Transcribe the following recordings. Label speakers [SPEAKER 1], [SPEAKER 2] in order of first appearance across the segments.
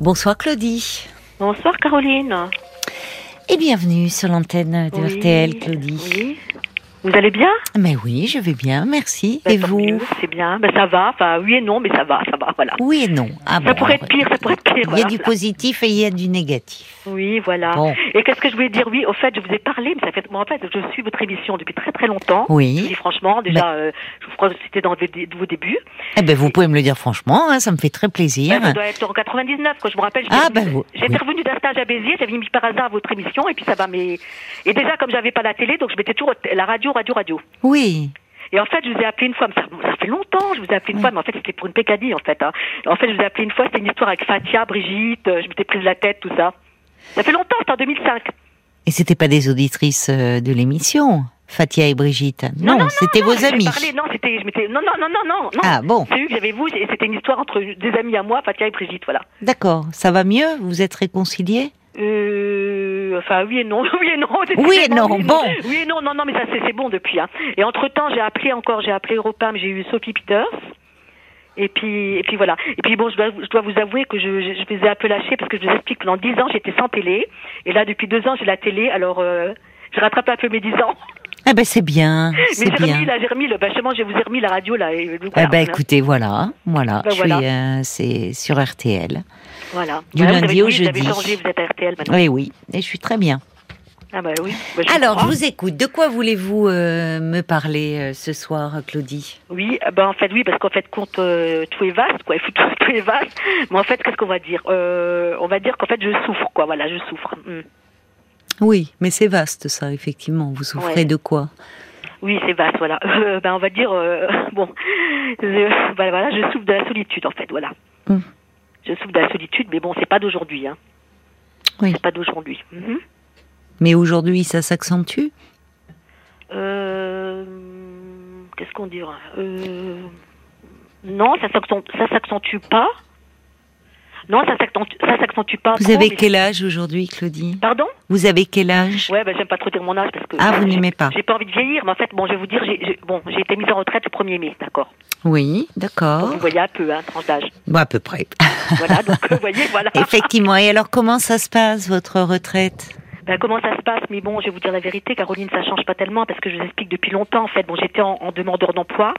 [SPEAKER 1] Bonsoir Claudie
[SPEAKER 2] Bonsoir Caroline.
[SPEAKER 1] et bienvenue sur l'antenne de
[SPEAKER 2] Oui,
[SPEAKER 1] RTL Claudie.
[SPEAKER 2] Oui. Vous allez bien
[SPEAKER 1] Mais oui, je vais bien, merci.
[SPEAKER 2] Bah,
[SPEAKER 1] et
[SPEAKER 2] tant
[SPEAKER 1] vous
[SPEAKER 2] mieux, C'est bien. Bah, ça va. Enfin, oui et non, mais ça va, ça va. Voilà.
[SPEAKER 1] Oui et non. Ah
[SPEAKER 2] Ça
[SPEAKER 1] bon,
[SPEAKER 2] pourrait
[SPEAKER 1] alors,
[SPEAKER 2] être pire, ça pourrait être pire. hein. Ah.
[SPEAKER 1] Il y a
[SPEAKER 2] voilà.
[SPEAKER 1] du positif et il y a du négatif.
[SPEAKER 2] Oui, voilà.
[SPEAKER 1] Bon.
[SPEAKER 2] Et qu'est-ce que je voulais dire Oui, au fait, je vous ai parlé, mais ça fait. bon, en fait, je suis votre émission depuis très très longtemps. Je vous dis
[SPEAKER 1] Oui. Bah.
[SPEAKER 2] franchement, déjà, euh, je crois que c'était dans vos dé- vos débuts.
[SPEAKER 1] Eh ben, vous pouvez me le dire franchement, hein, ça me fait très plaisir.
[SPEAKER 2] Ben, ça doit être en 99, quoi. Je me rappelle.
[SPEAKER 1] Ah,
[SPEAKER 2] j'étais
[SPEAKER 1] ben,
[SPEAKER 2] revenue-
[SPEAKER 1] vous-
[SPEAKER 2] J'étais
[SPEAKER 1] oui.
[SPEAKER 2] revenue d'un stage à Béziers, j'avais mis par hasard votre émission, et puis ça va, mais. Et déjà, comme j'avais pas la télé, donc je mettais toujours la radio, radio, radio.
[SPEAKER 1] Oui.
[SPEAKER 2] Et en fait, je vous ai appelé une fois, mais ça, ça fait longtemps, je vous ai appelé une fois, mais en fait, c'était pour une pécadille, en fait. hein. En fait, je vous ai appelé une fois, c'était une histoire avec Fatia, Brigitte, euh, je m'étais prise la tête, tout ça. Ça fait longtemps, c'était en 2005.
[SPEAKER 1] Et c'était pas des auditrices euh, de l'émission, Fatia et Brigitte. Non, c'était
[SPEAKER 2] non,
[SPEAKER 1] vos
[SPEAKER 2] j'ai
[SPEAKER 1] amis.
[SPEAKER 2] parlé, non, c'était, je m'étais, non, non, non, non, non, non.
[SPEAKER 1] Ah bon,
[SPEAKER 2] C'est eu que j'avais vous, et c'était une histoire entre des amis à moi, Fatia et Brigitte, voilà.
[SPEAKER 1] d'accord. Ça va mieux Vous êtes réconciliés
[SPEAKER 2] Euh, enfin, oui et non, oui et non.
[SPEAKER 1] Oui et non,
[SPEAKER 2] décidément, oui
[SPEAKER 1] bon.
[SPEAKER 2] Oui et non, non, non, mais ça, c'est c'est bon depuis. Hein. Et entre-temps, j'ai appelé encore, j'ai appelé Europam, j'ai eu Sophie Peters. Et puis, et puis voilà. Et puis bon, je dois, je dois vous avouer que je, je, je vous ai un peu lâché parce que je vous explique que dans 10 ans, j'étais sans télé. Et là, depuis 2 ans, j'ai la télé, alors euh, je rattrape un peu mes 10 ans.
[SPEAKER 1] Eh ben c'est bien,
[SPEAKER 2] Mais
[SPEAKER 1] c'est
[SPEAKER 2] j'ai
[SPEAKER 1] bien.
[SPEAKER 2] remis, là, j'ai remis, le, bah, justement, je vous ai remis la radio, là. Et, hein.
[SPEAKER 1] Eh
[SPEAKER 2] voilà,
[SPEAKER 1] ben écoutez, voilà, voilà,
[SPEAKER 2] Ben,
[SPEAKER 1] je suis,
[SPEAKER 2] voilà.
[SPEAKER 1] euh, c'est sur RTL.
[SPEAKER 2] voilà.
[SPEAKER 1] du
[SPEAKER 2] Voilà, vous
[SPEAKER 1] lundi
[SPEAKER 2] avez-
[SPEAKER 1] au
[SPEAKER 2] oui, vous avez
[SPEAKER 1] jeudi.
[SPEAKER 2] changé, vous êtes à RTL maintenant.
[SPEAKER 1] Eh Oui, oui, et je suis très bien.
[SPEAKER 2] Ah bah oui. Bah, je
[SPEAKER 1] Alors, je
[SPEAKER 2] crois.
[SPEAKER 1] vous écoute. De quoi voulez-vous euh, me parler euh, ce soir, Claudie
[SPEAKER 2] Oui, euh, ben en fait oui, parce qu'en fait compte euh, tout est vaste, quoi. Il faut tout, tout est vaste. Mais en fait, qu'est-ce qu'on va dire Euh, On va dire qu'en fait je souffre, quoi. Voilà, je souffre. Mm.
[SPEAKER 1] Oui, mais c'est vaste, ça, effectivement. Vous souffrez
[SPEAKER 2] Ouais.
[SPEAKER 1] de quoi
[SPEAKER 2] Oui, c'est vaste, voilà. Euh, ben on va dire euh, bon, je- voilà, voilà, je souffre de la solitude, en fait, voilà.
[SPEAKER 1] Mm.
[SPEAKER 2] Je souffre de la solitude, mais bon, c'est pas d'aujourd'hui, hein.
[SPEAKER 1] Oui.
[SPEAKER 2] C'est pas d'aujourd'hui. Mhm.
[SPEAKER 1] Mais aujourd'hui, ça s'accentue
[SPEAKER 2] Ah, Euh, qu'est-ce qu'on dira euh, Non, ça s'accentue, ça s'accentue pas. Non, ça s'accentue, ça s'accentue pas.
[SPEAKER 1] Vous
[SPEAKER 2] trop,
[SPEAKER 1] avez
[SPEAKER 2] mais-
[SPEAKER 1] quel âge aujourd'hui, Claudie
[SPEAKER 2] Pardon
[SPEAKER 1] Vous avez quel âge
[SPEAKER 2] Ouais, ben j'aime pas trop dire mon âge parce que.
[SPEAKER 1] Ah, vous
[SPEAKER 2] j'ai-
[SPEAKER 1] n'aimez pas.
[SPEAKER 2] J'ai pas envie de vieillir, mais en fait, bon, je vais vous dire, j'ai, j'ai- bon, j'ai été mise en retraite le 1er mai, d'accord.
[SPEAKER 1] Oui,
[SPEAKER 2] Donc,
[SPEAKER 1] d'accord.
[SPEAKER 2] vous voyez un peu, hein, tranche d'âge.
[SPEAKER 1] Bon, à peu près. Ah,
[SPEAKER 2] Voilà, donc vous voyez, voilà.
[SPEAKER 1] Effectivement. Et alors, comment ça se passe, votre retraite
[SPEAKER 2] Ben, comment ça se passe Mais bon, je vais vous dire la vérité, Caroline, ça change pas tellement parce que je vous explique depuis longtemps, en fait. Bon, j'étais en, en demandeur d'emploi,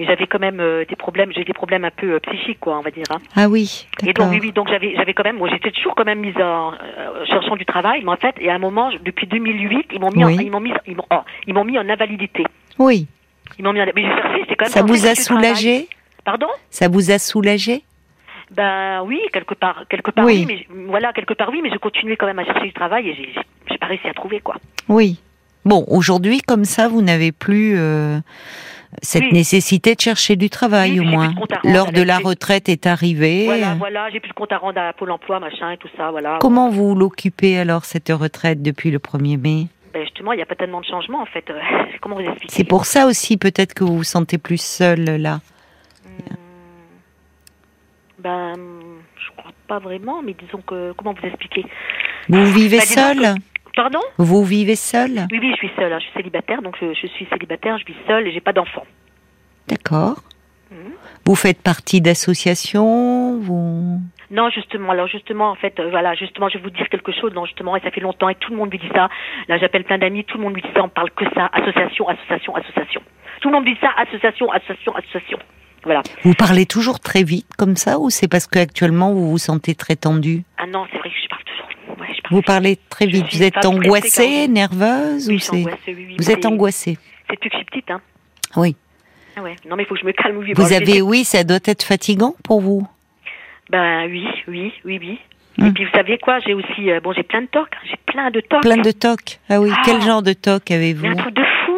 [SPEAKER 2] mais j'avais quand même euh, des problèmes, j'ai des problèmes un peu euh, psychiques, quoi, on va dire. hein.
[SPEAKER 1] Ah oui,
[SPEAKER 2] Et donc
[SPEAKER 1] d'accord.
[SPEAKER 2] oui, oui, donc j'avais, j'avais quand même, moi j'étais toujours quand même mise en euh, cherchant du travail, mais en fait, et à un moment, je- depuis 2008, ils m'ont mis, en-
[SPEAKER 1] Oui.
[SPEAKER 2] ils m'ont mis, ils m'ont, oh, ils m'ont mis en invalidité.
[SPEAKER 1] Oui.
[SPEAKER 2] Ils m'ont mis en, mais j'ai cherché, j'étais quand même
[SPEAKER 1] Ça
[SPEAKER 2] censée
[SPEAKER 1] vous a
[SPEAKER 2] chercher du travail.
[SPEAKER 1] soulagé
[SPEAKER 2] Pardon
[SPEAKER 1] Ça vous a soulagé
[SPEAKER 2] Ben oui, quelque part, quelque part
[SPEAKER 1] Oui.
[SPEAKER 2] oui. mais je- voilà, quelque part oui, mais je continuais quand même à chercher du travail et j'ai- j'ai j'ai pas réussi à trouver quoi.
[SPEAKER 1] Oui. Bon, aujourd'hui, comme ça, vous n'avez plus euh, cette
[SPEAKER 2] Oui.
[SPEAKER 1] nécessité de chercher du travail,
[SPEAKER 2] Oui,
[SPEAKER 1] au
[SPEAKER 2] j'ai plus
[SPEAKER 1] moins.
[SPEAKER 2] de compte à rendre
[SPEAKER 1] L'heure de
[SPEAKER 2] avec
[SPEAKER 1] la
[SPEAKER 2] les-
[SPEAKER 1] retraite est arrivée.
[SPEAKER 2] Voilà, voilà, j'ai plus de compte à rendre à Pôle Emploi, machin et tout ça, voilà.
[SPEAKER 1] Comment vous l'occupez alors, cette retraite, depuis le 1er mai
[SPEAKER 2] Ben justement, il n'y a pas tellement de changements en fait. euh, Comment vous expliquer
[SPEAKER 1] C'est pour ça aussi, peut-être, que vous vous sentez plus seul, là.
[SPEAKER 2] Ben, je crois pas vraiment, mais disons que comment vous expliquer
[SPEAKER 1] Vous vivez
[SPEAKER 2] Bah, disons
[SPEAKER 1] seul
[SPEAKER 2] Pardon
[SPEAKER 1] Vous vivez seul
[SPEAKER 2] Oui, oui, je suis seule, hein, je suis célibataire, donc je, je suis célibataire, je vis seule et j'ai pas d'enfant.
[SPEAKER 1] D'accord.
[SPEAKER 2] Mhm.
[SPEAKER 1] Vous faites partie d'associations vous...
[SPEAKER 2] Non, justement, alors justement, en fait, euh, voilà, justement, je vais vous dire quelque chose, non, justement, et ça fait longtemps, et tout le monde me dit ça. Là, j'appelle plein d'amis, tout le monde me dit ça, on parle que ça, association, association, association. Tout le monde me dit ça, association, association, association. Voilà.
[SPEAKER 1] vous parlez toujours très vite comme ça ou c'est parce qu'actuellement vous vous sentez très tendu
[SPEAKER 2] Ah non, c'est vrai que je parle toujours. Ouais, je parle
[SPEAKER 1] Vous parlez très
[SPEAKER 2] Je
[SPEAKER 1] vite.
[SPEAKER 2] suis
[SPEAKER 1] Vous êtes
[SPEAKER 2] pas pressée,
[SPEAKER 1] angoissée,
[SPEAKER 2] Caroline.
[SPEAKER 1] nerveuse
[SPEAKER 2] Oui,
[SPEAKER 1] ou
[SPEAKER 2] je suis
[SPEAKER 1] c'est
[SPEAKER 2] angoissée, oui, oui,
[SPEAKER 1] Vous êtes
[SPEAKER 2] c'est-
[SPEAKER 1] angoissée.
[SPEAKER 2] C'est plus que je suis petite, hein.
[SPEAKER 1] Oui.
[SPEAKER 2] Ah ouais. Non, mais il faut que je me calme. oui, bon,
[SPEAKER 1] Vous
[SPEAKER 2] j'ai-
[SPEAKER 1] avez oui, ça doit être fatigant pour vous.
[SPEAKER 2] Ben oui, oui, oui, oui.
[SPEAKER 1] Hmm.
[SPEAKER 2] Et puis vous savez quoi, j'ai aussi, euh, bon, j'ai plein de tocs, hein, j'ai plein de tocs.
[SPEAKER 1] Plein de tocs. Ah oui,
[SPEAKER 2] Ah.
[SPEAKER 1] quel genre de toc avez-vous
[SPEAKER 2] Mais un truc de fou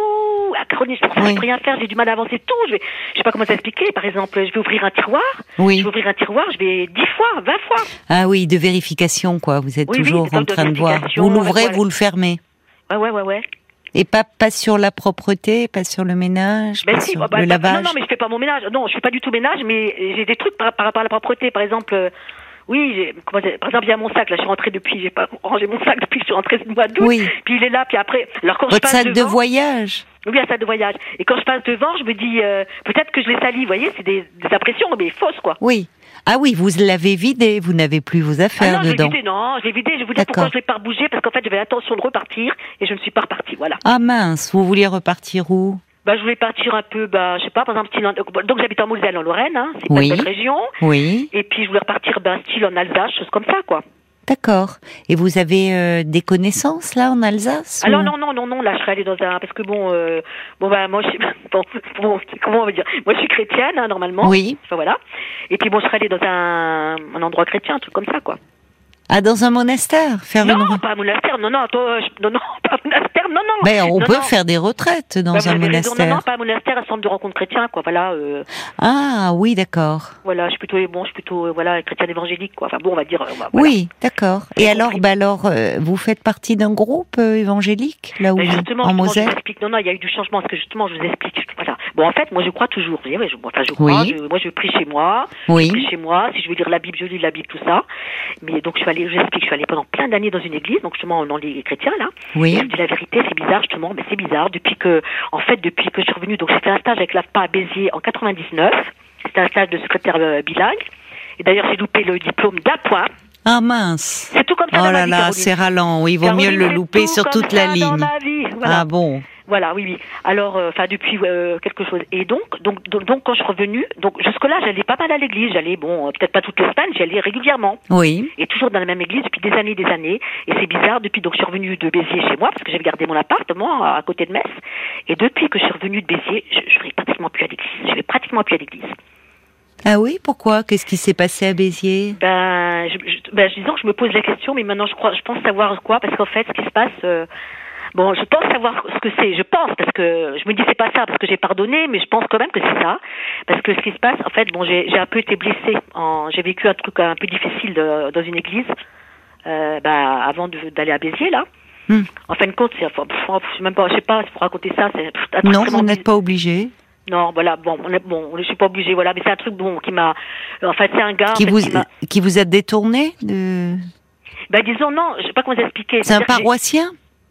[SPEAKER 2] À Caroline, je ne
[SPEAKER 1] Oui.
[SPEAKER 2] peux rien faire, j'ai du mal à avancer tout. Je ne sais pas comment t'expliquer. Par exemple, je vais ouvrir un tiroir, je
[SPEAKER 1] Oui.
[SPEAKER 2] vais ouvrir un tiroir, je vais 10 fois, 20 fois.
[SPEAKER 1] Ah oui, de vérification quoi, vous êtes
[SPEAKER 2] Oui, oui,
[SPEAKER 1] toujours
[SPEAKER 2] des
[SPEAKER 1] en
[SPEAKER 2] tocs de
[SPEAKER 1] train de voir.
[SPEAKER 2] vérification,
[SPEAKER 1] Vous l'ouvrez,
[SPEAKER 2] voilà.
[SPEAKER 1] vous le fermez.
[SPEAKER 2] Ouais, ouais, ouais, ouais.
[SPEAKER 1] Et pas pas sur la propreté, pas sur le ménage,
[SPEAKER 2] Ben
[SPEAKER 1] pas
[SPEAKER 2] si,
[SPEAKER 1] sur
[SPEAKER 2] bah, bah,
[SPEAKER 1] le
[SPEAKER 2] bah,
[SPEAKER 1] lavage.
[SPEAKER 2] Non, non, mais je fais pas mon ménage. Non, je fais pas du tout ménage, mais j'ai des trucs par, par rapport à la propreté. Par exemple, euh, oui, j'ai- comment dire, par exemple, il y a mon sac. Là, je suis rentrée depuis, j'ai pas rangé mon sac depuis que je suis rentrée ce mois d'août.
[SPEAKER 1] Oui.
[SPEAKER 2] Puis il est là, puis après. Alors quand je
[SPEAKER 1] Votre
[SPEAKER 2] passe
[SPEAKER 1] sac de
[SPEAKER 2] devant-
[SPEAKER 1] voyage.
[SPEAKER 2] Oui, à salle de voyage. Et quand je passe devant, je me dis, euh, peut-être que je les salis, vous voyez, c'est des, des impressions, mais fausses, quoi.
[SPEAKER 1] Oui. Ah oui, vous l'avez vidé, vous n'avez plus vos affaires
[SPEAKER 2] ah non, je l'ai
[SPEAKER 1] dedans.
[SPEAKER 2] vidé, non, je l'ai vidé, je vais vous dis pourquoi
[SPEAKER 1] D'accord.
[SPEAKER 2] je l'ai pas bougé, parce qu'en fait, j'avais l'intention de repartir, et je ne suis pas repartie, voilà.
[SPEAKER 1] Ah mince, vous vouliez repartir où
[SPEAKER 2] Bah, je voulais partir un peu, bah, je sais pas, par exemple, style en- donc j'habite en Moselle, en Lorraine, hein, c'est
[SPEAKER 1] Oui.
[SPEAKER 2] pas une belle région,
[SPEAKER 1] Oui,
[SPEAKER 2] et puis je voulais repartir, ben, style en Alsace, chose comme ça, quoi.
[SPEAKER 1] d'accord. Et vous avez euh, des connaissances là en Alsace
[SPEAKER 2] Alors
[SPEAKER 1] ou-
[SPEAKER 2] Ah, non, non, non, non, là, je serais allée dans un, parce que bon, euh, bon, bah, moi, je suis, bon, bon, comment on va dire, moi, je suis chrétienne, hein, normalement.
[SPEAKER 1] Oui.
[SPEAKER 2] Enfin, voilà. Et puis bon, je serais allée dans un, un endroit chrétien, un truc comme ça, quoi.
[SPEAKER 1] Ah, dans un monastère Faire une
[SPEAKER 2] Non,
[SPEAKER 1] re-
[SPEAKER 2] pas à monastère, non, non, attends, euh, je- non, non, pas à monastère, non, non.
[SPEAKER 1] Ben, on
[SPEAKER 2] Non,
[SPEAKER 1] peut
[SPEAKER 2] non.
[SPEAKER 1] faire des retraites dans
[SPEAKER 2] Bah, vous
[SPEAKER 1] un
[SPEAKER 2] avez raison,
[SPEAKER 1] monastère.
[SPEAKER 2] Non, non, pas un monastère, un centre de rencontre chrétien, quoi. Voilà, euh,
[SPEAKER 1] Ah oui, d'accord.
[SPEAKER 2] voilà, je suis plutôt, bon, je suis plutôt, euh, voilà, chrétien évangélique, quoi. Enfin bon, on va dire. euh, bah, voilà.
[SPEAKER 1] Oui, d'accord. Et
[SPEAKER 2] J'ai
[SPEAKER 1] alors,
[SPEAKER 2] compris.
[SPEAKER 1] bah alors, euh, vous faites partie d'un groupe euh, évangélique là où
[SPEAKER 2] Mais
[SPEAKER 1] vous-
[SPEAKER 2] Ben, justement,
[SPEAKER 1] en
[SPEAKER 2] justement, je
[SPEAKER 1] Moselle
[SPEAKER 2] vous explique. Non, non, il y a eu du changement parce que justement, je vous explique. Voilà. Bon, en fait, moi, je crois toujours. Vous voyez, je, enfin, je crois.
[SPEAKER 1] Oui.
[SPEAKER 2] je- moi, je prie chez moi.
[SPEAKER 1] Oui,
[SPEAKER 2] Je prie chez moi. Si je veux lire la Bible, je lis la Bible, tout ça. Mais donc, je suis allée, je vous explique, je suis allée pendant plein d'années dans une église, donc justement, dans les chrétiens, là. Et
[SPEAKER 1] oui,
[SPEAKER 2] je me dis la vérité, c'est bizarre justement, mais c'est bizarre depuis que, en fait, depuis que je suis revenue, donc j'ai fait un stage avec l'AFPA à Béziers en 99. C'était un stage de secrétaire euh, bilingue. Et d'ailleurs, j'ai loupé le diplôme d'appoint.
[SPEAKER 1] Ah mince.
[SPEAKER 2] C'est tout comme ça.
[SPEAKER 1] Oh
[SPEAKER 2] dans ma
[SPEAKER 1] là
[SPEAKER 2] vie,
[SPEAKER 1] là,
[SPEAKER 2] Ah, Caroline.
[SPEAKER 1] c'est ralent. Oui, Il vaut mieux
[SPEAKER 2] Caroline,
[SPEAKER 1] le
[SPEAKER 2] c'est
[SPEAKER 1] louper
[SPEAKER 2] tout
[SPEAKER 1] sur
[SPEAKER 2] comme
[SPEAKER 1] toute
[SPEAKER 2] ça
[SPEAKER 1] la
[SPEAKER 2] dans
[SPEAKER 1] ligne.
[SPEAKER 2] ma vie. Voilà.
[SPEAKER 1] Ah bon
[SPEAKER 2] Voilà, oui, oui. Alors, euh, enfin, depuis euh, quelque chose. Et donc, donc, donc, donc, quand je suis revenue, donc jusque-là, j'allais pas mal à l'église. J'allais, bon, euh, peut-être pas toutes les semaines, j'allais régulièrement.
[SPEAKER 1] Oui,
[SPEAKER 2] Et toujours dans la même église depuis des années, des années. Et c'est bizarre, depuis, donc, je suis revenue de Béziers chez moi, parce que j'avais gardé mon appartement à, à côté de Metz. Et depuis que je suis revenue de Béziers, je, je vais pratiquement plus à l'église. Je vais pratiquement plus à l'église.
[SPEAKER 1] Ah oui, pourquoi Qu'est-ce qui s'est passé à Béziers
[SPEAKER 2] Ben, je, je, ben, disons que je me pose la question, mais maintenant je crois, je pense savoir quoi, parce qu'en fait, ce qui se passe, euh, bon, je pense savoir ce que c'est, je pense, parce que je me dis c'est pas ça, parce que j'ai pardonné, mais je pense quand même que c'est ça, parce que ce qui se passe, en fait, bon, j'ai j'ai un peu été blessée, en, j'ai vécu un truc un peu difficile de- dans une église, euh, ben, avant de- d'aller à Béziers là.
[SPEAKER 1] Hmm.
[SPEAKER 2] En fin de compte, c'est, enfin, pff, je sais même pas, je sais pas, si faut raconter ça, c'est pff, un truc
[SPEAKER 1] Non,
[SPEAKER 2] vraiment
[SPEAKER 1] vous n'êtes pas obligé.
[SPEAKER 2] Non, voilà, bon, on est, bon, je suis pas obligée, voilà, mais c'est un truc bon qui m'a, en fait, c'est un gars en
[SPEAKER 1] Qui
[SPEAKER 2] fait,
[SPEAKER 1] vous
[SPEAKER 2] qui m'a-
[SPEAKER 1] qui vous a détourné de...
[SPEAKER 2] ben disons non, je sais pas comment expliquer.
[SPEAKER 1] C'est un
[SPEAKER 2] C'est-à-dire que
[SPEAKER 1] paroissien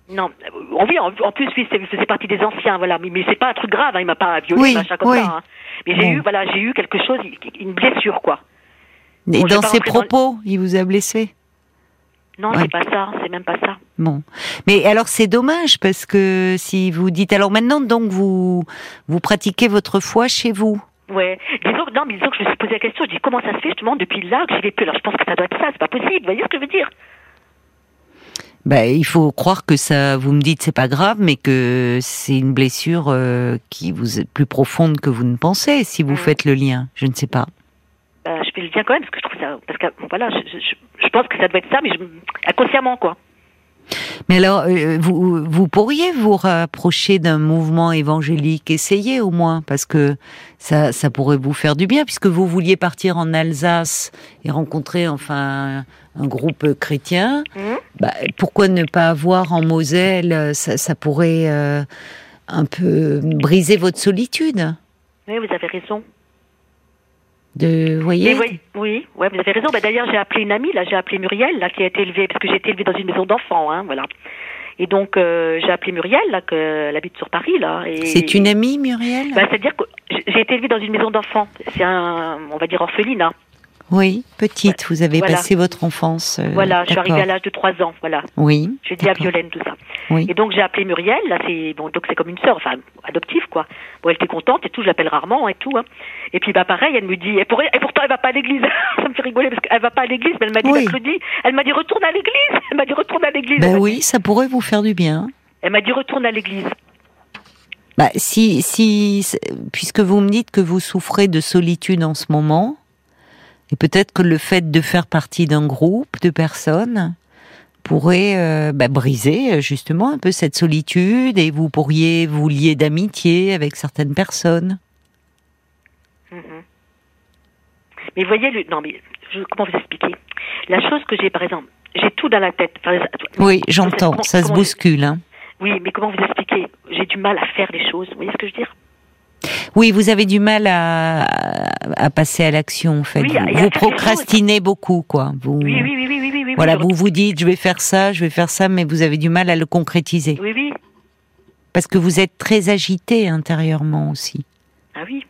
[SPEAKER 2] j'ai- Non, euh, oui, en, en plus oui, c'est- il faisait partie des anciens, voilà, mais, mais c'est pas un truc grave, hein, il m'a pas violé,
[SPEAKER 1] Oui,
[SPEAKER 2] machin comme
[SPEAKER 1] oui.
[SPEAKER 2] ça. hein. Mais j'ai
[SPEAKER 1] Bon.
[SPEAKER 2] eu, voilà, j'ai eu quelque chose, une blessure quoi.
[SPEAKER 1] Et
[SPEAKER 2] Bon, je vais
[SPEAKER 1] dans
[SPEAKER 2] pas
[SPEAKER 1] ses
[SPEAKER 2] rentrer dans le-
[SPEAKER 1] propos, il vous a blessé
[SPEAKER 2] Non,
[SPEAKER 1] Ouais.
[SPEAKER 2] c'est pas ça, c'est même pas ça.
[SPEAKER 1] Bon, mais alors c'est dommage parce que si vous dites alors maintenant donc vous vous pratiquez votre foi chez vous.
[SPEAKER 2] Ouais. Disons, que- non, mais disons que je me suis posé la question, je dis comment ça se fait justement depuis là que j'y vais plus. Alors je pense que ça doit être ça, c'est pas possible, vous voyez ce que je veux dire
[SPEAKER 1] Ben, il faut croire que ça. Vous me dites c'est pas grave, mais que c'est une blessure euh, qui vous est plus profonde que vous ne pensez. Si vous
[SPEAKER 2] Mhm.
[SPEAKER 1] faites le lien, je ne sais pas.
[SPEAKER 2] Ben, je fais le lien quand même parce que je trouve ça, parce que voilà, je, je- je- je pense que ça doit être ça, mais je, inconsciemment quoi.
[SPEAKER 1] Mais alors euh, vous vous pourriez vous rapprocher d'un mouvement évangélique, essayez au moins parce que ça ça pourrait vous faire du bien puisque vous vouliez partir en Alsace et rencontrer enfin un groupe chrétien.
[SPEAKER 2] Mhm.
[SPEAKER 1] Bah, pourquoi ne pas avoir en Moselle euh, ça, ça pourrait euh, un peu briser votre solitude.
[SPEAKER 2] Oui, vous avez raison.
[SPEAKER 1] De, vous voyez
[SPEAKER 2] Mais oui, oui, ouais, vous avez raison. Bah, D'ailleurs, j'ai appelé une amie, là, j'ai appelé Muriel, là, qui a été élevée, parce que j'ai été élevée dans une maison d'enfants, hein, voilà. Et donc, euh, j'ai appelé Muriel, là, que, elle habite sur Paris, là. et-
[SPEAKER 1] C'est une amie, Muriel
[SPEAKER 2] Bah, C'est-à-dire que j'ai j'ai été élevée dans une maison d'enfants. C'est un, on va dire, orpheline, hein.
[SPEAKER 1] Euh, Oui, petite, vous avez
[SPEAKER 2] bah, Voilà.
[SPEAKER 1] passé votre enfance. euh,
[SPEAKER 2] voilà, je suis
[SPEAKER 1] d'accord.
[SPEAKER 2] arrivée à l'âge de 3 ans, voilà.
[SPEAKER 1] Oui,
[SPEAKER 2] Je dis à
[SPEAKER 1] D'accord.
[SPEAKER 2] Violaine tout ça.
[SPEAKER 1] Oui.
[SPEAKER 2] Et donc j'ai appelé Muriel, là c'est bon donc c'est comme une sœur, enfin adoptive quoi. Bon elle était contente et tout, je l'appelle rarement et tout. Hein. Et puis bah pareil, elle me dit et, pour- et pourtant elle va pas à l'église. ça me fait rigoler parce qu'elle va pas à l'église, mais elle m'a dit
[SPEAKER 1] Oui.
[SPEAKER 2] bah, Claudie, elle m'a dit retourne à l'église, elle m'a dit retourne à l'église. elle
[SPEAKER 1] ben
[SPEAKER 2] m'a
[SPEAKER 1] oui,
[SPEAKER 2] dit.
[SPEAKER 1] ça pourrait vous faire du bien.
[SPEAKER 2] Elle m'a dit retourne à l'église.
[SPEAKER 1] Bah, si, si, c'est- puisque vous me dites que vous souffrez de solitude en ce moment, et peut-être que le fait de faire partie d'un groupe de personnes pourrait euh, bah, briser euh, justement un peu cette solitude et vous pourriez vous lier d'amitié avec certaines personnes.
[SPEAKER 2] Mhm. Mais voyez le non mais je- comment vous expliquer La chose que j'ai par exemple, j'ai tout dans la tête. Enfin,
[SPEAKER 1] Oui, j'entends,
[SPEAKER 2] Comment-
[SPEAKER 1] ça se
[SPEAKER 2] comment-
[SPEAKER 1] bouscule. Hein.
[SPEAKER 2] oui, mais comment vous expliquer J'ai du mal à faire les choses. Vous voyez ce que je veux dire
[SPEAKER 1] Oui, vous avez du mal à, à passer à l'action en fait.
[SPEAKER 2] Oui, il y a- il y
[SPEAKER 1] vous
[SPEAKER 2] a
[SPEAKER 1] vous
[SPEAKER 2] quelque chose.
[SPEAKER 1] procrastinez beaucoup, quoi. Vous,
[SPEAKER 2] Oui, oui, oui, oui, oui, oui, oui.
[SPEAKER 1] voilà,
[SPEAKER 2] je-
[SPEAKER 1] vous vous dites je vais faire ça, je vais faire ça, mais vous avez du mal à le concrétiser.
[SPEAKER 2] Oui, oui.
[SPEAKER 1] Parce que vous êtes très agité intérieurement aussi.
[SPEAKER 2] Ah oui.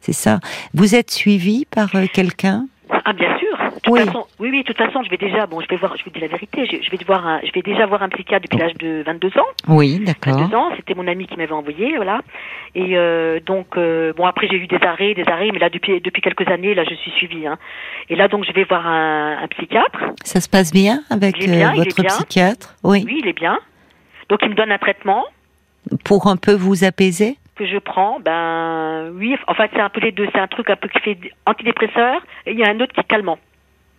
[SPEAKER 1] C'est ça. Vous êtes suivi par euh, quelqu'un
[SPEAKER 2] Ah bien sûr. De toute
[SPEAKER 1] Oui.
[SPEAKER 2] façon, oui, oui, de toute façon, je vais déjà, bon, je vais voir, je vous dis la vérité, je, je vais devoir, un- je vais déjà voir un psychiatre depuis l'âge de 22 ans.
[SPEAKER 1] Oui,
[SPEAKER 2] 22 ans, c'était mon ami qui m'avait envoyé, voilà. Et euh, donc, euh, bon, après j'ai eu des arrêts, des arrêts, mais là depuis depuis quelques années, là je suis suivie. Hein. Et là donc je vais voir un, un psychiatre.
[SPEAKER 1] Ça se passe bien avec
[SPEAKER 2] Il est bien,
[SPEAKER 1] euh,
[SPEAKER 2] il est
[SPEAKER 1] votre
[SPEAKER 2] bien.
[SPEAKER 1] psychiatre oui.
[SPEAKER 2] Oui, il est bien. Donc il me donne un traitement
[SPEAKER 1] Pour un peu vous apaiser
[SPEAKER 2] que je prends. Ben oui, en fait c'est un peu les deux, c'est un truc un peu qui fait antidépresseur et il y a un autre qui est calmant.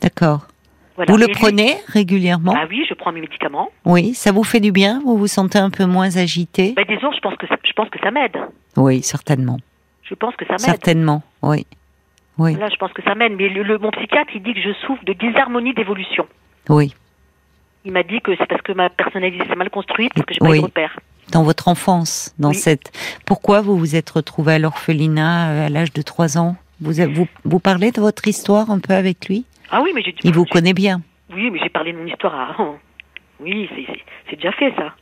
[SPEAKER 1] D'accord.
[SPEAKER 2] Voilà.
[SPEAKER 1] Vous
[SPEAKER 2] Et
[SPEAKER 1] le
[SPEAKER 2] lui-
[SPEAKER 1] prenez régulièrement
[SPEAKER 2] Ah oui, je prends mes médicaments.
[SPEAKER 1] Oui, ça vous fait du bien Vous vous sentez un peu moins agité
[SPEAKER 2] Ben disons, je pense que ça- je pense que ça m'aide.
[SPEAKER 1] Oui, certainement.
[SPEAKER 2] Je pense que ça m'aide.
[SPEAKER 1] Certainement, oui. Oui,
[SPEAKER 2] Là, je pense que ça m'aide. Mais le, le- mon psychiatre, il dit que je souffre de disharmonie d'évolution.
[SPEAKER 1] oui.
[SPEAKER 2] Il m'a dit que c'est parce que ma personnalité s'est mal construite, parce que j'ai pas
[SPEAKER 1] Oui.
[SPEAKER 2] eu de repères.
[SPEAKER 1] Dans votre enfance, dans
[SPEAKER 2] Oui.
[SPEAKER 1] cette... Pourquoi vous vous êtes retrouvée à l'orphelinat euh, à l'âge de 3 ans vous, avez- vous, vous parlez de votre histoire un peu avec lui
[SPEAKER 2] Ah oui, mais j'ai dit.
[SPEAKER 1] Il vous connaît bien.
[SPEAKER 2] Oui, mais j'ai parlé de mon histoire à. Oui, c'est- c'est- c'est déjà fait ça.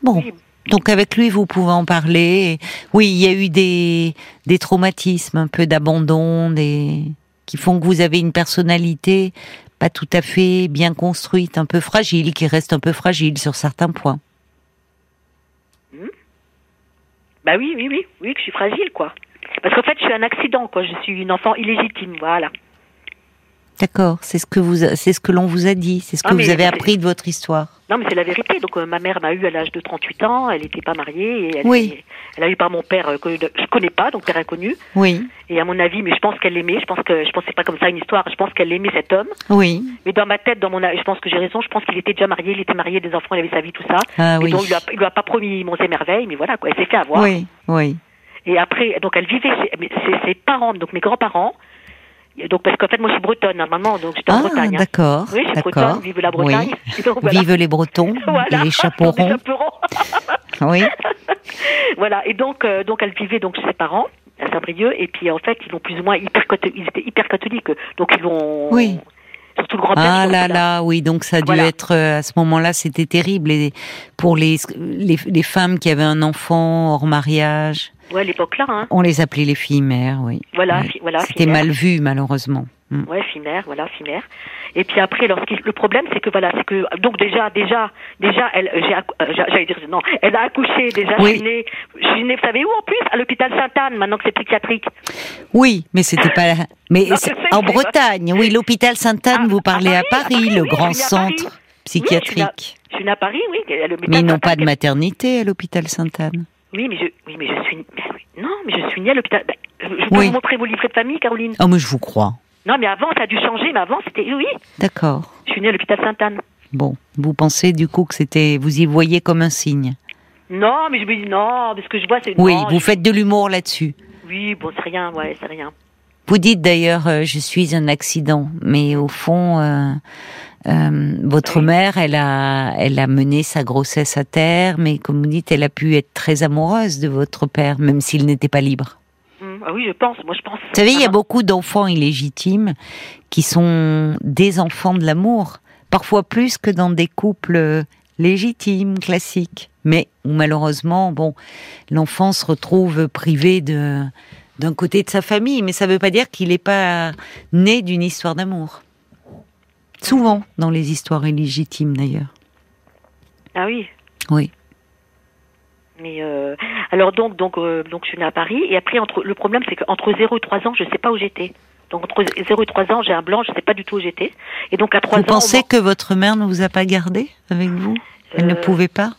[SPEAKER 1] Bon.
[SPEAKER 2] Oui.
[SPEAKER 1] Donc avec lui, vous pouvez en parler. Et Oui, il y a eu des, des traumatismes, un peu d'abandon, des qui font que vous avez une personnalité pas tout à fait bien construite, un peu fragile, qui reste un peu fragile sur certains points.
[SPEAKER 2] Bah oui, oui, oui, oui, que je suis fragile, quoi. Parce qu'en fait, je suis un accident, quoi. Je suis une enfant illégitime, voilà.
[SPEAKER 1] D'accord, c'est ce que vous, a- c'est ce que l'on vous a dit, c'est ce que
[SPEAKER 2] Ah, mais
[SPEAKER 1] vous avez
[SPEAKER 2] c'est-
[SPEAKER 1] appris de votre histoire.
[SPEAKER 2] Non, mais c'est la vérité. Donc, euh, ma mère m'a eu à l'âge de 38 ans. Elle n'était pas mariée. Et elle,
[SPEAKER 1] Oui.
[SPEAKER 2] Elle a eu par mon père euh, que je connais pas, donc père inconnu.
[SPEAKER 1] Oui,
[SPEAKER 2] Et à mon avis, mais je pense qu'elle l'aimait. Je pense que je pense que c'est pas comme ça une histoire. Je pense qu'elle aimait cet homme.
[SPEAKER 1] oui,
[SPEAKER 2] Mais dans ma tête, dans mon, je pense que j'ai raison. Je pense qu'il était déjà marié, il était marié, des enfants, il avait sa vie, tout ça.
[SPEAKER 1] ah
[SPEAKER 2] Et
[SPEAKER 1] oui,
[SPEAKER 2] donc il lui, a, il lui a pas promis mon émerveille, mais voilà quoi. Elle s'est fait avoir.
[SPEAKER 1] oui, oui,
[SPEAKER 2] Et après, donc elle vivait chez mais ses, ses parents, donc mes grands-parents. Et Donc parce qu'en fait, moi je suis bretonne normalement, donc j'étais en
[SPEAKER 1] ah
[SPEAKER 2] Bretagne. hein.
[SPEAKER 1] d'accord,
[SPEAKER 2] Oui, je suis bretonne.
[SPEAKER 1] d'accord,
[SPEAKER 2] Vive la
[SPEAKER 1] oui.
[SPEAKER 2] Bretagne. Et donc, voilà.
[SPEAKER 1] Vive les Bretons
[SPEAKER 2] Voilà.
[SPEAKER 1] et les chapeaux
[SPEAKER 2] Des
[SPEAKER 1] ronds,
[SPEAKER 2] chaperons.
[SPEAKER 1] oui,
[SPEAKER 2] voilà. Et donc, euh, donc elle vivait donc chez ses parents à Saint-Brieuc. Et puis en fait, ils l'ont plus ou moins hyper, catho- ils étaient hyper catholiques. Donc ils l'ont.
[SPEAKER 1] Oui.
[SPEAKER 2] Surtout le grand-père.
[SPEAKER 1] Ah
[SPEAKER 2] ils l'ont
[SPEAKER 1] là
[SPEAKER 2] fait la-
[SPEAKER 1] là, oui, donc ça a dû
[SPEAKER 2] Voilà.
[SPEAKER 1] être euh, à ce moment-là, c'était terrible et pour les, les les femmes qui avaient un enfant hors mariage,
[SPEAKER 2] Ouais, à l'époque là. Hein.
[SPEAKER 1] on les appelait les filles mères, oui.
[SPEAKER 2] Voilà,
[SPEAKER 1] Ouais.
[SPEAKER 2] fi- voilà. hein.
[SPEAKER 1] C'était
[SPEAKER 2] filière.
[SPEAKER 1] mal vu malheureusement. Mm.
[SPEAKER 2] Ouais, Fimer, voilà, Fimer. Et puis après, lorsqu'il, le problème, c'est que voilà, c'est que donc déjà, déjà, déjà, elle, j'ai, accou- euh, j'a- j'allais dire non, elle a accouché déjà.
[SPEAKER 1] Oui.
[SPEAKER 2] Je suis née, je suis née, vous savez où en plus À l'hôpital Sainte-Anne, maintenant que c'est psychiatrique.
[SPEAKER 1] Oui, mais c'était pas mais
[SPEAKER 2] Non, je
[SPEAKER 1] c'est-
[SPEAKER 2] sais,
[SPEAKER 1] en
[SPEAKER 2] c'est-
[SPEAKER 1] Bretagne, oui, l'hôpital Sainte-Anne,
[SPEAKER 2] Ah,
[SPEAKER 1] vous
[SPEAKER 2] à
[SPEAKER 1] parlez à
[SPEAKER 2] Paris,
[SPEAKER 1] Paris,
[SPEAKER 2] à Paris,
[SPEAKER 1] le
[SPEAKER 2] oui,
[SPEAKER 1] grand
[SPEAKER 2] je suis née à Paris.
[SPEAKER 1] centre
[SPEAKER 2] Oui, je suis
[SPEAKER 1] psychiatrique.
[SPEAKER 2] Je suis née à Paris, oui. à l'hôpital
[SPEAKER 1] mais ils n'ont
[SPEAKER 2] Sainte-Anne.
[SPEAKER 1] pas de maternité à l'hôpital Sainte-Anne.
[SPEAKER 2] Oui, mais je, oui, mais je suis, mais oui, non, mais je suis née à l'hôpital. ben, je je peux
[SPEAKER 1] Oui.
[SPEAKER 2] vous montrer vos livrets de famille, Caroline.
[SPEAKER 1] Ah mais je vous crois.
[SPEAKER 2] Non, mais avant, ça a dû changer. Mais avant, c'était oui, oui,
[SPEAKER 1] D'accord.
[SPEAKER 2] je suis née à l'hôpital Sainte-Anne.
[SPEAKER 1] Bon, vous pensez du coup que c'était vous y voyez comme un signe.
[SPEAKER 2] Non, mais je me dis non, mais ce que je vois, c'est
[SPEAKER 1] Oui,
[SPEAKER 2] non,
[SPEAKER 1] vous
[SPEAKER 2] je-
[SPEAKER 1] faites de l'humour là-dessus.
[SPEAKER 2] Oui, bon, c'est rien, ouais, c'est rien.
[SPEAKER 1] Vous dites d'ailleurs, euh, je suis un accident, mais au fond, euh, euh, votre
[SPEAKER 2] Oui.
[SPEAKER 1] mère, elle a, elle a mené sa grossesse à terme, et comme vous dites, elle a pu être très amoureuse de votre père, même s'il n'était pas libre.
[SPEAKER 2] Hum, Ah oui, je pense, moi je pense.
[SPEAKER 1] Vous savez, il y a
[SPEAKER 2] Ah,
[SPEAKER 1] beaucoup d'enfants illégitimes qui sont des enfants de l'amour, parfois plus que dans des couples euh, légitimes, classiques, mais où malheureusement, bon, l'enfant se retrouve privé de d'un côté de sa famille, mais ça ne veut pas dire qu'il n'est pas né d'une histoire d'amour. Souvent dans les histoires illégitimes d'ailleurs.
[SPEAKER 2] Ah oui.
[SPEAKER 1] Oui.
[SPEAKER 2] Mais euh, alors donc donc euh, donc je suis née à Paris et après entre le problème c'est qu'entre 0 et 3 ans, je sais pas où j'étais. Donc entre 0 et 3 ans, j'ai un blanc, je sais pas du tout où j'étais. Et donc à 3
[SPEAKER 1] Vous
[SPEAKER 2] ans,
[SPEAKER 1] pensez
[SPEAKER 2] bon,
[SPEAKER 1] que votre mère ne vous a pas gardé avec vous Elle ne
[SPEAKER 2] euh,
[SPEAKER 1] pouvait pas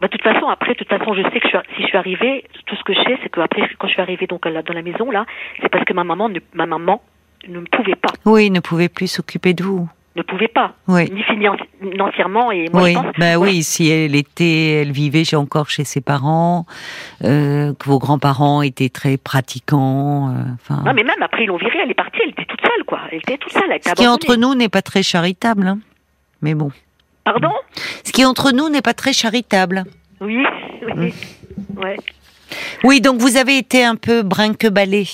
[SPEAKER 2] bah, de toute façon après de toute façon, je sais que je suis, si je suis arrivée, tout ce que je sais c'est que après quand je suis arrivée donc à la- dans la maison là, c'est parce que ma maman ne, ma maman ne me pouvait pas,
[SPEAKER 1] Oui, ne pouvait plus s'occuper de vous.
[SPEAKER 2] ne pouvait pas
[SPEAKER 1] Oui.
[SPEAKER 2] ni financièrement et moi
[SPEAKER 1] oui,
[SPEAKER 2] je pense
[SPEAKER 1] bah
[SPEAKER 2] moi,
[SPEAKER 1] oui, si elle était, elle vivait chez- encore chez ses parents, euh, que vos grands-parents étaient très pratiquants, euh, enfin.
[SPEAKER 2] Non, mais même après, ils l'ont virée, elle est partie, elle était toute seule, quoi. Elle était toute seule, elle était
[SPEAKER 1] ce qui
[SPEAKER 2] abandonnée.
[SPEAKER 1] entre nous n'est pas très charitable, hein. Mais bon.
[SPEAKER 2] Pardon
[SPEAKER 1] Ce qui entre nous n'est pas très charitable.
[SPEAKER 2] Oui, oui. Ouais.
[SPEAKER 1] Hein Oui, donc vous avez été un peu brinque-ballé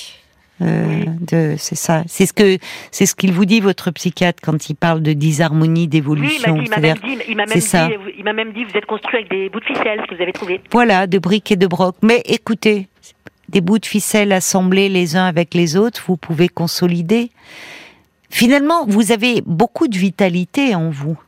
[SPEAKER 1] Euh, de, c'est ça. C'est ce que c'est ce qu'il vous dit votre psychiatre quand il parle de disharmonie,
[SPEAKER 2] Lui, il m'a
[SPEAKER 1] d'évolution.
[SPEAKER 2] dit- il m'a même
[SPEAKER 1] C'est-à-dire-
[SPEAKER 2] dit, il m'a même,
[SPEAKER 1] c'est ça.
[SPEAKER 2] dit- il m'a même dit, vous êtes construit avec des bouts de ficelle, ce que vous avez trouvé.
[SPEAKER 1] Voilà, de briques et de brocs. Mais écoutez, des bouts de ficelle assemblés les uns avec les autres, vous pouvez consolider. Finalement, vous avez beaucoup de vitalité en vous.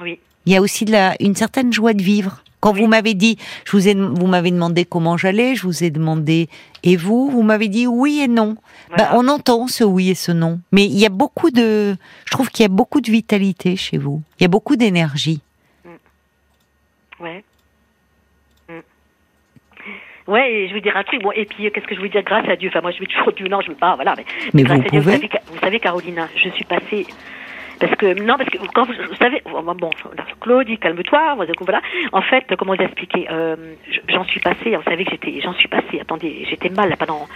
[SPEAKER 2] Oui.
[SPEAKER 1] Il y a aussi de la, une certaine joie de vivre. Quand vous m'avez dit, je vous ai, vous m'avez demandé comment j'allais, je vous ai demandé et vous, vous m'avez dit oui et non.
[SPEAKER 2] Voilà.
[SPEAKER 1] Bah, on entend ce oui et ce non, mais il y a beaucoup de, je trouve qu'il y a beaucoup de vitalité chez vous. Il y a beaucoup d'énergie.
[SPEAKER 2] Ouais. Mm. Ouais, et je veux dire un truc. Bon, et puis, euh, qu'est-ce que je veux dire Grâce à Dieu. Enfin, moi, je vais toujours Dieu. Non, je veux pas. Voilà. Mais,
[SPEAKER 1] Mais
[SPEAKER 2] grâce
[SPEAKER 1] vous
[SPEAKER 2] à Dieu, Bah, vous
[SPEAKER 1] pouvez.
[SPEAKER 2] savez, Ca- vous savez, Carolina, je suis passée. Parce que non, parce que quand vous, vous savez, bon, bon, Claudie, calme-toi. Voilà, donc, voilà. En fait, comment vous expliquer Euh, je- J'en suis passée. Vous savez que j'étais, j'en suis passée. Attendez, j'étais mal là, pendant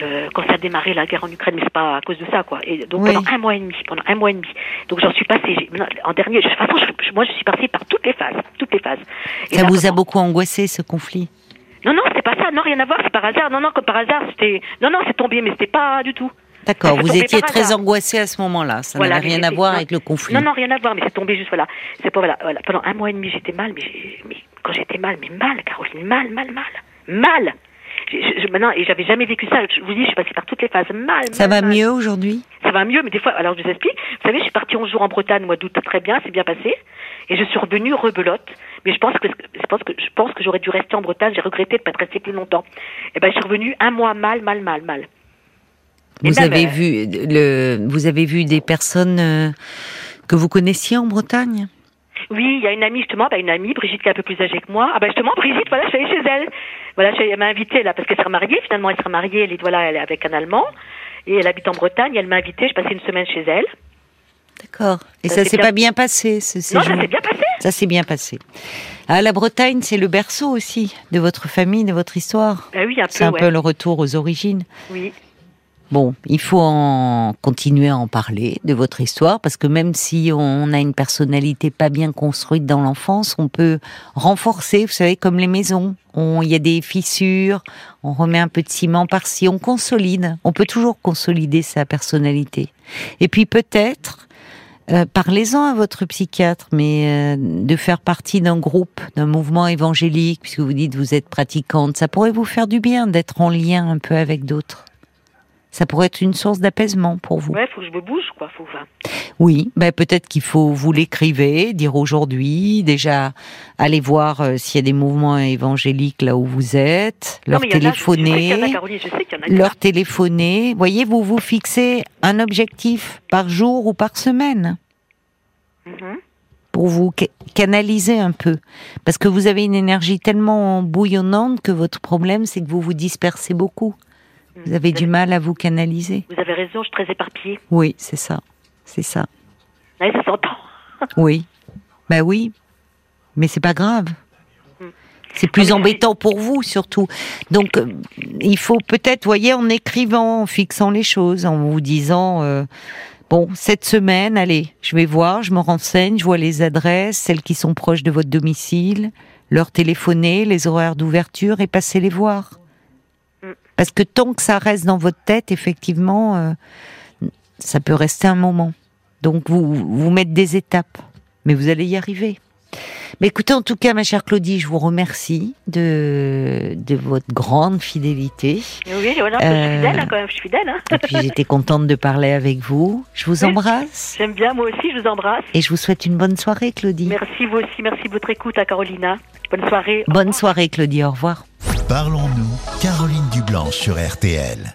[SPEAKER 2] euh, quand ça a démarré la guerre en Ukraine, mais c'est pas à cause de ça, quoi. Et donc
[SPEAKER 1] Oui.
[SPEAKER 2] pendant un mois et demi, pendant un mois et demi. Donc j'en suis passée. J'ai- non, En dernier, je- de toute façon, je- moi, je suis passée par toutes les phases, toutes les phases. Et
[SPEAKER 1] Ça
[SPEAKER 2] là,
[SPEAKER 1] vous a
[SPEAKER 2] comment-
[SPEAKER 1] beaucoup angoissé ce conflit.
[SPEAKER 2] non, non, c'est pas ça. Non, rien à voir. C'est par hasard. Non, non, comme par hasard, c'était. Non, non, c'est tombé, mais c'était pas du tout.
[SPEAKER 1] D'accord,
[SPEAKER 2] Ça
[SPEAKER 1] vous
[SPEAKER 2] tombait
[SPEAKER 1] étiez
[SPEAKER 2] par
[SPEAKER 1] très
[SPEAKER 2] hasard.
[SPEAKER 1] angoissé à ce moment-là. Ça
[SPEAKER 2] Voilà,
[SPEAKER 1] n'avait
[SPEAKER 2] mais
[SPEAKER 1] rien à
[SPEAKER 2] j'étais-
[SPEAKER 1] voir
[SPEAKER 2] non.
[SPEAKER 1] avec le conflit.
[SPEAKER 2] Non, non, rien à voir, mais c'est tombé juste voilà. C'est pas voilà, voilà. Pendant un mois et demi, j'étais mal, mais, j'ai- mais quand j'étais mal, mais mal, Caroline, mal, mal, mal, mal. J'ai- Je, je- maintenant, et j'avais jamais vécu ça. Je vous dis, je suis passée par toutes les phases. Mal.
[SPEAKER 1] Ça va
[SPEAKER 2] mal, mal.
[SPEAKER 1] mieux aujourd'hui
[SPEAKER 2] Ça va mieux, mais des fois, alors je vous explique. Vous savez, je suis partie 11 jours en Bretagne, au mois d'août, très bien, c'est bien passé. Et je suis revenue rebelote. Mais je pense que, je pense que, je pense que j'aurais dû rester en Bretagne, j'ai regretté de ne pas être restée plus longtemps. Et ben, je suis revenue un mois mal, mal, mal, mal. Et
[SPEAKER 1] Vous
[SPEAKER 2] même,
[SPEAKER 1] avez
[SPEAKER 2] euh,
[SPEAKER 1] vu le, vous avez vu des personnes euh, que vous connaissiez en Bretagne.
[SPEAKER 2] Oui, il y a une amie justement, bah, une amie, Brigitte qui est un peu plus âgée que moi. Ah bah justement, Brigitte, voilà, je suis allée chez elle. Voilà, je suis allée- elle m'a invitée là parce qu'elle s'est mariée. Finalement, elle s'est mariée. Elle est voilà, elle est avec un Allemand et elle habite en Bretagne. Elle m'a invitée. Je passais une semaine chez elle.
[SPEAKER 1] D'accord. Et
[SPEAKER 2] Ça
[SPEAKER 1] ça,
[SPEAKER 2] s'est
[SPEAKER 1] s'est
[SPEAKER 2] bien-
[SPEAKER 1] pas bien passé. Ce séjour.
[SPEAKER 2] non, ça s'est bien passé.
[SPEAKER 1] Ça s'est bien passé. Ah, la Bretagne, c'est le berceau aussi de votre famille, de votre histoire.
[SPEAKER 2] Ah oui, un
[SPEAKER 1] C'est
[SPEAKER 2] peu,
[SPEAKER 1] un
[SPEAKER 2] ouais.
[SPEAKER 1] peu le retour aux origines.
[SPEAKER 2] Oui,
[SPEAKER 1] Bon, il faut en continuer à en parler de votre histoire parce que même si on a une personnalité pas bien construite dans l'enfance, on peut renforcer, vous savez, comme les maisons. On- Il y a des fissures, on remet un peu de ciment par-ci, on consolide. On peut toujours consolider sa personnalité. Et puis peut-être, euh, parlez-en à votre psychiatre, mais euh, de faire partie d'un groupe, d'un mouvement évangélique, puisque vous dites vous êtes pratiquante, ça pourrait vous faire du bien d'être en lien un peu avec d'autres. Ça pourrait être une source d'apaisement pour vous.
[SPEAKER 2] ouais, faut que je me bouge, quoi. Faut. enfin,
[SPEAKER 1] Oui, ben peut-être qu'il faut vous l'écrivez, dire aujourd'hui, déjà aller voir euh, s'il y a des mouvements évangéliques là où vous êtes,
[SPEAKER 2] Non,
[SPEAKER 1] leur
[SPEAKER 2] mais il y en a, je- Je sais qu'il y en a,
[SPEAKER 1] téléphoner
[SPEAKER 2] Caroline, je sais qu'il y en a.
[SPEAKER 1] leur téléphoner. Voyez, vous vous fixez un objectif par jour ou par semaine
[SPEAKER 2] Mhm.
[SPEAKER 1] pour vous ca- canaliser un peu. Parce que vous avez une énergie tellement bouillonnante que votre problème, c'est que vous vous dispersez beaucoup. Vous
[SPEAKER 2] Mm-hmm.
[SPEAKER 1] avez du mal à vous canaliser.
[SPEAKER 2] Vous avez raison, je suis très éparpillée.
[SPEAKER 1] Oui, c'est ça. C'est ça.
[SPEAKER 2] Ouais, ça s'entend.
[SPEAKER 1] Oui. Bah oui. Mais c'est pas grave. C'est
[SPEAKER 2] Ah, mais
[SPEAKER 1] plus
[SPEAKER 2] c'est-
[SPEAKER 1] embêtant pour vous surtout. Donc euh, il faut peut-être, voyez, en écrivant, en fixant les choses, en vous disant euh, bon cette semaine, allez, je vais voir, je me renseigne, je vois les adresses, celles qui sont proches de votre domicile, leur téléphoner, les horaires d'ouverture et passer les voir.
[SPEAKER 2] Mm.
[SPEAKER 1] Parce que tant que ça reste dans votre tête, effectivement, euh, ça peut rester un moment. Donc vous vous mettre des étapes, mais vous allez y arriver. Mais écoutez, en tout cas, ma chère Claudie, je vous remercie de, de votre grande fidélité.
[SPEAKER 2] Oui, voilà, je suis
[SPEAKER 1] Euh.
[SPEAKER 2] fidèle, hein, quand même, je suis fidèle. hein.
[SPEAKER 1] Et puis, j'étais contente de parler avec vous. Je vous embrasse
[SPEAKER 2] J'aime bien, moi aussi, je vous embrasse.
[SPEAKER 1] et je vous souhaite une bonne soirée, Claudie.
[SPEAKER 2] Merci, vous aussi, merci de votre écoute à Carolina. Bonne soirée. Au
[SPEAKER 1] Bonne
[SPEAKER 2] revoir.
[SPEAKER 1] soirée, Claudie. Au revoir.
[SPEAKER 3] Parlons-nous, Caroline Dublanc sur RTL.